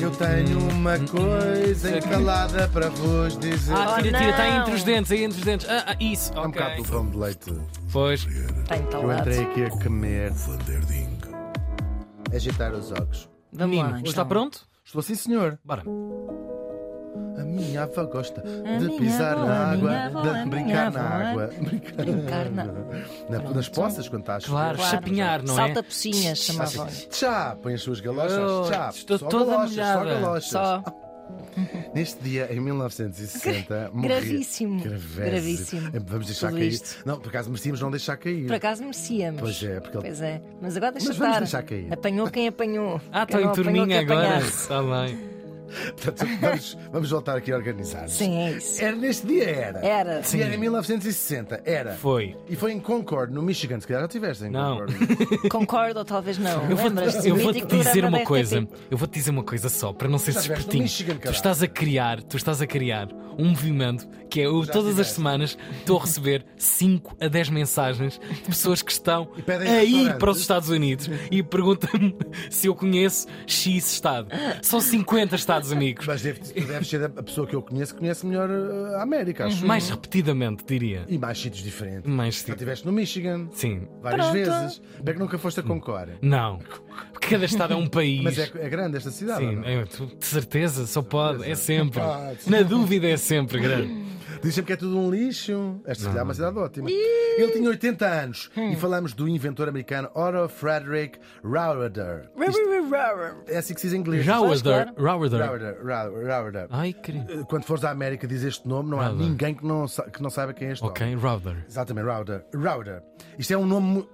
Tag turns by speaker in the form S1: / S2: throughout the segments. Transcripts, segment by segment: S1: Eu tenho uma coisa encalada para vos dizer.
S2: Ah,
S3: Oh,
S2: tira, tira, está aí
S3: não.
S2: entre os dentes, aí entre os dentes. Ah, ah, isso,
S1: É um
S2: ok.
S1: bocado do pão de leite.
S2: Pois.
S3: Está
S1: Eu
S3: entalado.
S1: entrei aqui a comer. Agitar os olhos.
S3: Vamos
S2: Menino,
S3: lá.
S2: hoje
S3: Então.
S2: está pronto?
S1: Estou assim, senhor.
S2: Bora.
S1: A minha avó gosta de
S3: minha
S1: pisar
S3: avó,
S1: na
S3: a
S1: água,
S3: minha avó,
S1: de
S3: a
S1: brincar
S3: minha
S1: na
S3: avó.
S1: água, brincar
S3: Brincar na-
S1: na- nas poças quando está a chover.
S2: Claro,
S3: Claro.
S2: chapinhar, não
S3: Salta
S2: é?
S3: pocinhas, chamavam.
S1: Tchá, põe as suas galochas.
S2: Oh,
S1: Tchá,
S2: estou
S1: só
S2: toda
S1: galochas, só
S2: molhada.
S1: galochas.
S3: Só.
S1: Neste dia, em 1960, morri.
S3: gravíssimo,
S1: Gravésimo.
S3: gravíssimo.
S1: Vamos deixar
S3: Tudo
S1: cair.
S3: isto.
S1: Não, por acaso merecíamos não deixar cair.
S3: Por acaso merecíamos.
S1: é. Pois é, porque ele-
S3: Pois é. Mas agora deixa
S1: Mas vamos
S3: estar.
S1: deixar cair.
S3: Apanhou quem apanhou.
S2: Ah,
S3: Quem
S2: estou em
S3: não apanhou,
S2: turminha
S3: que
S2: agora.
S3: apanhasse.
S2: Está bem.
S1: Portanto, vamos, vamos voltar aqui a organizar.
S3: Sim, é isso.
S1: Era neste dia, era.
S3: Era.
S1: E era em 1960, era.
S2: Foi.
S1: E foi em Concord, no Michigan, se calhar já estiveste em
S2: Não.
S1: Concord.
S3: Concordo ou talvez não.
S2: Eu
S3: Lembras-te
S2: vou-te eu
S3: do
S2: vou-te
S3: mítico
S2: dizer
S3: programa
S2: uma
S3: da
S2: coisa.
S3: RTP?
S2: Eu vou-te dizer uma coisa só, para não ser
S1: Estás a ver, no
S2: espertinho.
S1: Michigan,
S2: tu
S1: caralho.
S2: estás a criar, tu estás a criar um movimento que é eu todas as
S1: tiveste.
S2: semanas estou a receber 5 a 10 mensagens de pessoas que estão
S1: pedem
S2: a ir
S1: restaurantes.
S2: para os Estados Unidos e perguntam-me se eu conheço X estado. São 50 estados amigos.
S1: Mas deve, tu deves ser a pessoa que eu conheço que conhece melhor eh, a América, acho.
S2: Mais repetidamente, diria.
S1: E mais sítios diferentes.
S2: Mais
S1: Já
S2: sim.
S1: estiveste no Michigan
S2: Sim.
S1: várias
S3: Pronto.
S1: vezes. Bem que nunca foste a Concord.
S2: Não. Cada estado é um país.
S1: Mas é, é grande esta cidade. ou
S2: Sim,
S1: não?
S2: é, tu- de certeza, só pode, é sempre.
S1: Pode.
S2: Na dúvida é sempre grande.
S1: Dizem que é tudo um lixo. Esta cidade é uma cidade ótima. Ele tinha 80 anos
S3: Hum.
S1: e falamos do inventor americano Otto Frederick Rauder. É assim que se diz em inglês.
S2: Rauder, Rauder.
S1: Rauder. Rau- Rauder.
S2: Ai, querido.
S1: Quando fores à América diz este nome, não há
S2: Rauder.
S1: ninguém que não, sa- que não saiba quem é este nome.
S2: Ok, Rauder.
S1: Exatamente, Rauder. Rauder. Isto é um nome. mu-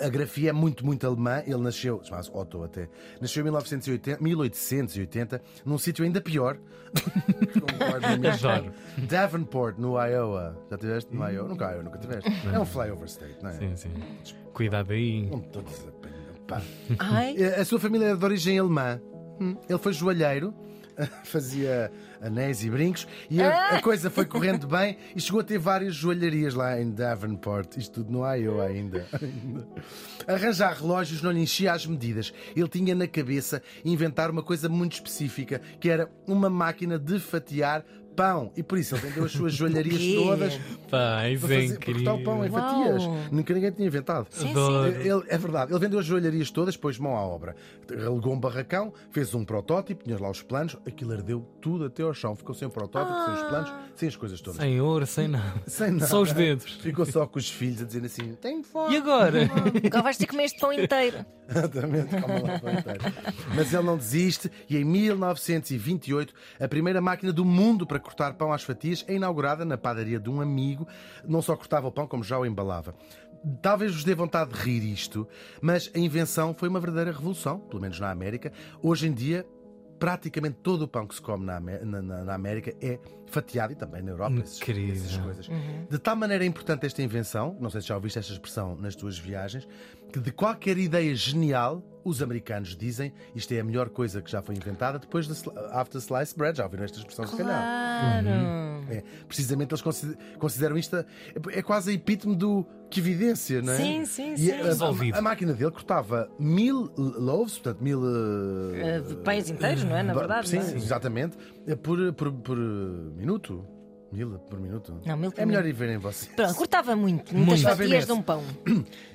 S1: A, a grafia é muito, muito alemã. Ele nasceu, chamava-se Otto até, nasceu em 1980, 1880, num sítio ainda pior. Concordo, no mesmo.
S2: Adoro.
S1: Davenport, no Iowa. Já tiveste no Iowa? Nunca, Iowa, nunca tiveste. É um flyover state, não é?
S2: Sim, sim. Cuidado aí.
S1: Não me estou a dizer, pá.
S3: Ai,
S1: É, A- A sua família era de origem alemã. Hum, Ele foi joalheiro, fazia anéis e brincos, e a, a coisa foi correndo bem e chegou a ter várias joalharias lá em Davenport. Isto tudo no Iowa ainda. Arranjar relógios não lhe enchia as medidas. Ele tinha na cabeça inventar uma coisa muito específica, que era uma máquina de fatiar pão. E por isso ele vendeu as suas joalharias
S3: quê?
S1: todas
S2: Pais,
S1: para,
S2: é
S1: fazer, para cortar o pão em
S2: incrível.
S1: fatias.
S3: Uau.
S1: Nunca ninguém tinha inventado.
S3: sim, sim.
S2: Adoro.
S1: Ele- é verdade, ele vendeu as joalharias todas, pôs mão à obra. Relegou um barracão, fez um protótipo, tinha lá os planos, aquilo ardeu tudo até ao chão. Ficou sem o protótipo, sem
S3: Ah!
S1: os planos, sem as coisas todas.
S2: Sem ouro, sem nada.
S1: Sem nada.
S2: Só os dedos.
S1: Ficou só com os filhos a dizer assim: tenho fome.
S2: E agora?
S3: Agora vais ter que comer este pão inteiro.
S1: Exatamente, calma lá, vai inteiro. Mas ele não desiste e em 1928 a primeira máquina do mundo para cortar pão às fatias é inaugurada na padaria de um amigo. Não só cortava o pão, como já o embalava. Talvez vos dê vontade de rir isto, mas a invenção foi uma verdadeira revolução, pelo menos na América. Hoje em dia, praticamente todo o pão que se come na, Amé- na- na- na América é fatiado e também na Europa, esses-
S2: Incrível.
S1: essas coisas.
S3: Uhum.
S1: De tal maneira é importante esta invenção, não sei se já ouviste esta expressão nas tuas viagens, que de qualquer ideia genial, os americanos dizem isto é a melhor coisa que já foi inventada depois de sli- after sliced bread. Já ouviram esta expressão, se calhar?
S3: Claro.
S1: É, precisamente eles consider- consideram isto. a- É quase a epítome do que evidência, não é?
S3: Sim, sim,
S1: E
S3: sim.
S1: a-
S2: Resolvido.
S1: A, a máquina dele cortava mil loaves, portanto, mil. eh,
S3: Eh, de Pães inteiros, não é? Na
S1: do-
S3: verdade,
S1: Uhum. Sim,
S3: não é?
S1: exatamente. eh, Por, por, por eh, minuto. Mil por minuto.
S3: Não, mil por
S1: é melhor ir verem vocês.
S3: Pronto, cortava muito, muitas
S2: Muito.
S3: fatias de um
S1: Imenso.
S3: pão.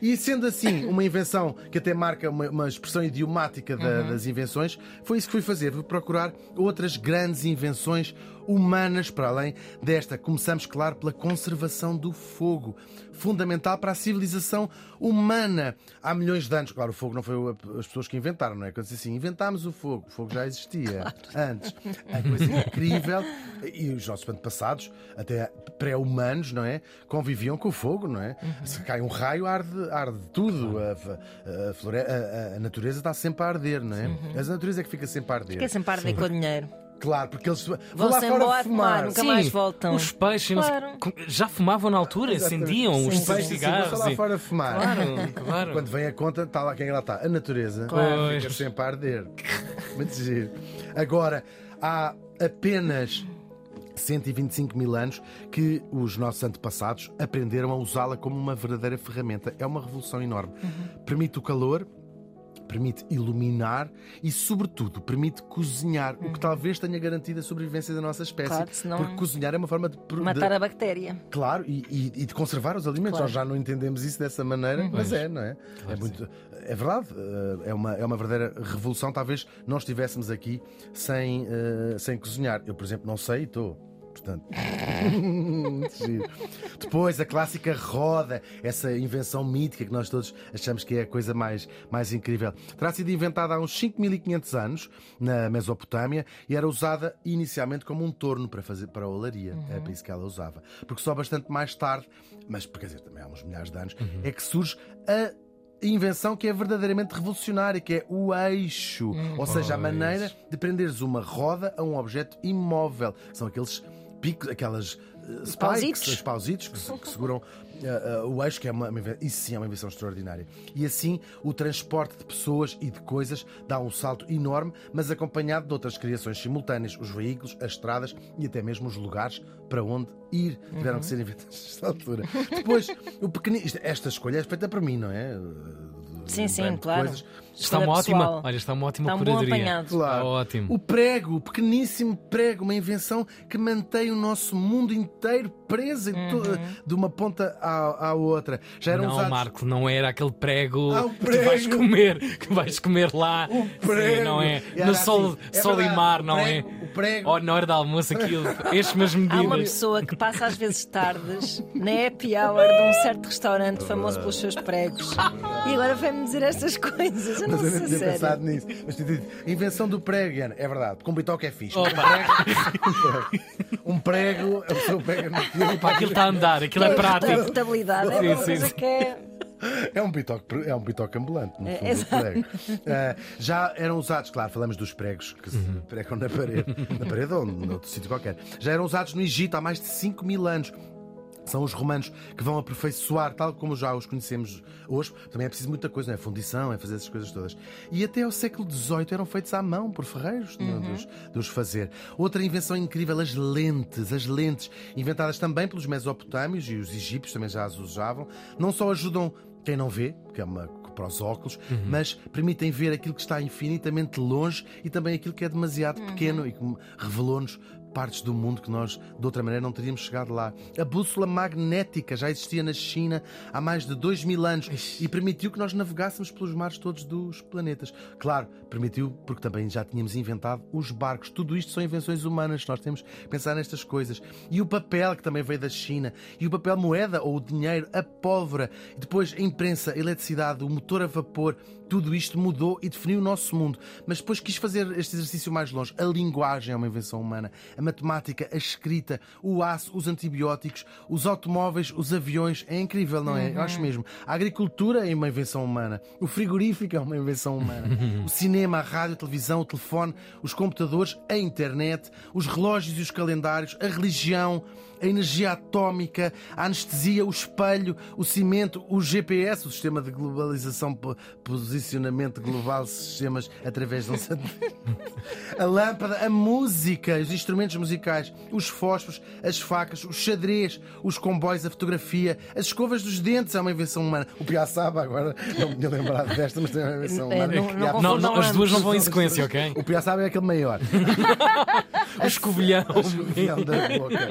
S1: E sendo assim, uma invenção que até marca uma, uma expressão idiomática da- das invenções, foi isso que fui fazer. Fui procurar outras grandes invenções humanas para além desta. Começamos, claro, pela conservação do fogo, fundamental para a civilização humana. Há milhões de anos, claro, o fogo não foi a- as pessoas que inventaram, não é? Quando diz assim, inventámos o fogo, o fogo já existia antes. A coisa incrível. E os nossos antepassados, até pré-humanos, não é? Conviviam com o fogo, não é?
S3: Uhum.
S1: Se cai um raio, arde, arde tudo. A, f- a flore- a- a natureza está sempre a arder, não é?
S3: Uhum.
S1: A natureza é que fica sempre a arder.
S3: Fiquei sem par de com o dinheiro.
S1: Claro, porque eles vão lá
S3: Vão-se embora
S1: fora
S3: a tomar,
S1: fumar.
S3: nunca mais voltam.
S2: Os peixes não sei-
S3: Claro.
S2: com- já fumavam na altura, acendiam
S3: Sim,
S2: os
S3: sim,
S2: seus
S3: sim,
S1: Sim, vão
S2: cigarros.
S1: lá
S2: e-
S1: fora fumar.
S2: Claro, claro.
S1: Quando vem a conta, está lá quem ela está. A natureza.
S2: Claro.
S1: Fica sempre a arder. Muito giro. Agora, há apenas 125 mil anos que os nossos antepassados
S2: Uhum.
S1: aprenderam a usá-la como uma verdadeira ferramenta. É uma revolução enorme. Permite o calor, permite iluminar e, sobretudo, permite cozinhar,
S2: Uhum.
S1: o que talvez tenha garantido a sobrevivência da nossa espécie.
S3: Claro, senão-
S1: Porque cozinhar é uma forma de. pro-
S3: Matar
S1: de-
S3: a bactéria.
S1: Claro, e, e- e de conservar os alimentos.
S3: Claro.
S1: Nós já não entendemos isso dessa maneira, mas
S2: Uhum. Pois.
S1: é, não é? é,
S2: que
S1: muito, é verdade, eh, é uma, é uma verdadeira revolução. Talvez não estivéssemos aqui sem, eh, sem cozinhar. Eu, por exemplo, não sei e estou. Portanto, giro. depois a clássica roda, essa invenção mítica que nós todos achamos que é a coisa mais, mais incrível. Terá sido inventada há uns 5500 anos na Mesopotâmia e era usada inicialmente como um torno para, fazer, para a olaria. Era para isso que ela usava. Porque só bastante mais tarde, mas quer dizer, também há uns milhares de anos, é que surge a invenção que é verdadeiramente revolucionária, que é o eixo. Ou seja, a
S2: Pois.
S1: maneira de prenderes uma roda a um objeto imóvel. São aqueles picos, aquelas eh, spikes,
S3: Pausitos.
S1: os pausitos que, se- que seguram eh, eh, o eixo, que é uma, uma inven- isso sim é uma invenção extraordinária. E assim o transporte de pessoas e de coisas dá um salto enorme, mas acompanhado de outras criações simultâneas, os veículos, as estradas e até mesmo os lugares para onde ir tiveram
S3: Uhum.
S1: que ser inventados nesta altura. Depois, o pequenino. isto- Esta escolha é feita por mim, não é? De-
S3: Sim,
S1: de
S3: sim,
S1: grande
S3: claro.
S1: coisas.
S2: Está
S3: Escolha
S2: uma
S3: pessoal.
S2: ótima. Olha, está uma ótima
S3: Está um bom
S2: curadoria.
S3: apanhado.
S1: Claro.
S2: Está ótimo.
S1: O prego, o pequeníssimo prego, uma invenção que mantém o nosso mundo inteiro preso em to- de uma ponta à, à outra. Já eram
S2: não,
S1: usados.
S2: Marco, não era aquele prego,
S1: Ah, o
S2: que tu vais
S1: prego.
S2: comer, que vais comer lá.
S1: O
S2: Sim,
S1: prego.
S2: não é?
S1: Era
S2: No
S1: assim,
S2: sol,
S1: é
S2: sol e
S1: verdade,
S2: mar,
S1: o
S2: não
S1: prego,
S2: é?
S1: O prego.
S2: Ou na hora do almoço aquilo, enche-me as medidas.
S3: Há uma pessoa que passa às vezes tardes na happy hour de um certo restaurante famoso pelos seus pregos. E agora vem-me dizer estas coisas. Eu não
S1: Mas eu
S3: sei
S1: nem tinha
S3: sério.
S1: pensado nisso. Mas tinha dito, a invenção do prego, Ian, é verdade. Com bitoque é fixe.
S2: Opa,
S1: Um prego, a pessoa pega no fio.
S2: pá, aquilo está a andar, aquilo é prático.
S3: Portabilidade é uma
S2: Sim, sim,
S3: coisa
S2: sim.
S3: que é.
S1: É um bitoque, é um bitoque ambulante, no
S3: É,
S1: fundo, o
S3: exato.
S1: prego. Ah, já eram usados, claro, falamos dos pregos que se pregam na parede, na parede ou noutro sítio qualquer. Já eram usados no Egito há mais de 5 mil anos. São os romanos que vão aperfeiçoar, tal como já os conhecemos hoje. Também é preciso muita coisa, não é? Fundição, é fazer essas coisas todas. E até ao século XVIII eram feitos à mão, por ferreiros,
S3: Uhum.
S1: não, de, os, de os fazer. Outra invenção incrível, as lentes. As lentes, inventadas também pelos mesopotâmios e os egípcios também já as usavam, não só ajudam quem não vê, que é uma para os óculos, mas permitem ver aquilo que está infinitamente longe e também aquilo que é demasiado pequeno e que revelou-nos partes do mundo que nós de outra maneira não teríamos chegado lá. A bússola magnética já existia na China há mais de dois mil anos e permitiu que nós navegássemos pelos mares todos dos planetas. Claro, permitiu porque também já tínhamos inventado os barcos. Tudo isto são invenções humanas, nós temos que pensar nestas coisas. E o papel que também veio da China, e o papel moeda ou o dinheiro, a pólvora, e depois a imprensa, a eletricidade, o motor a vapor, tudo isto mudou e definiu o nosso mundo. Mas depois quis fazer este exercício mais longe. A linguagem é uma invenção humana, a matemática, a escrita, o aço, os antibióticos, os automóveis, os aviões. É incrível, não é? Eu acho mesmo. A agricultura é uma invenção humana, o frigorífico é uma invenção humana, o cinema, a rádio, a televisão, o telefone, os computadores, a internet, os relógios e os calendários, a religião a energia atómica, a anestesia, o espelho, o cimento, o GPS, o sistema de globalização, po- posicionamento global, sistemas através de um satélite, a lâmpada, a música, os instrumentos musicais, os fósforos, as facas, o xadrez, os comboios, a fotografia, as escovas dos dentes é uma invenção humana. O Piaçaba agora não me tinha lembrado desta, mas tem uma invenção
S3: É,
S1: humana.
S3: não-
S1: E
S3: não
S1: há-
S3: confundam
S2: Não, não, as duas não vão em
S1: ambos.
S2: sequência, ok?
S1: O Piaçaba é aquele maior.
S2: O escovilhão.
S1: Escorpião da boca.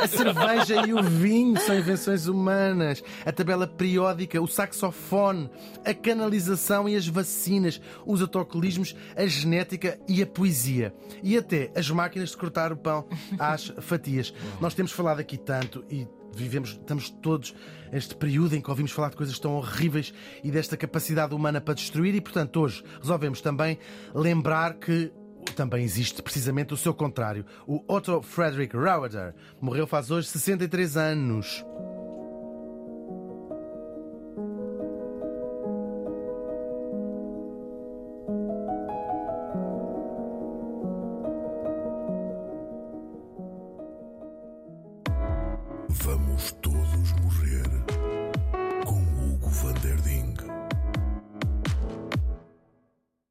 S1: A cerveja e o vinho são invenções humanas. A tabela periódica, o saxofone, a canalização e as vacinas, os autocolismos, a genética e a poesia. E até as máquinas de cortar o pão às fatias. Nós temos falado aqui tanto e vivemos, estamos todos este período em que ouvimos falar de coisas tão horríveis e desta capacidade humana para destruir e, portanto, hoje resolvemos também lembrar que também existe precisamente o seu contrário. O Otto Frederick Rauder morreu faz hoje 63 anos.
S4: Vamos todos morrer com Hugo Van Der Ding.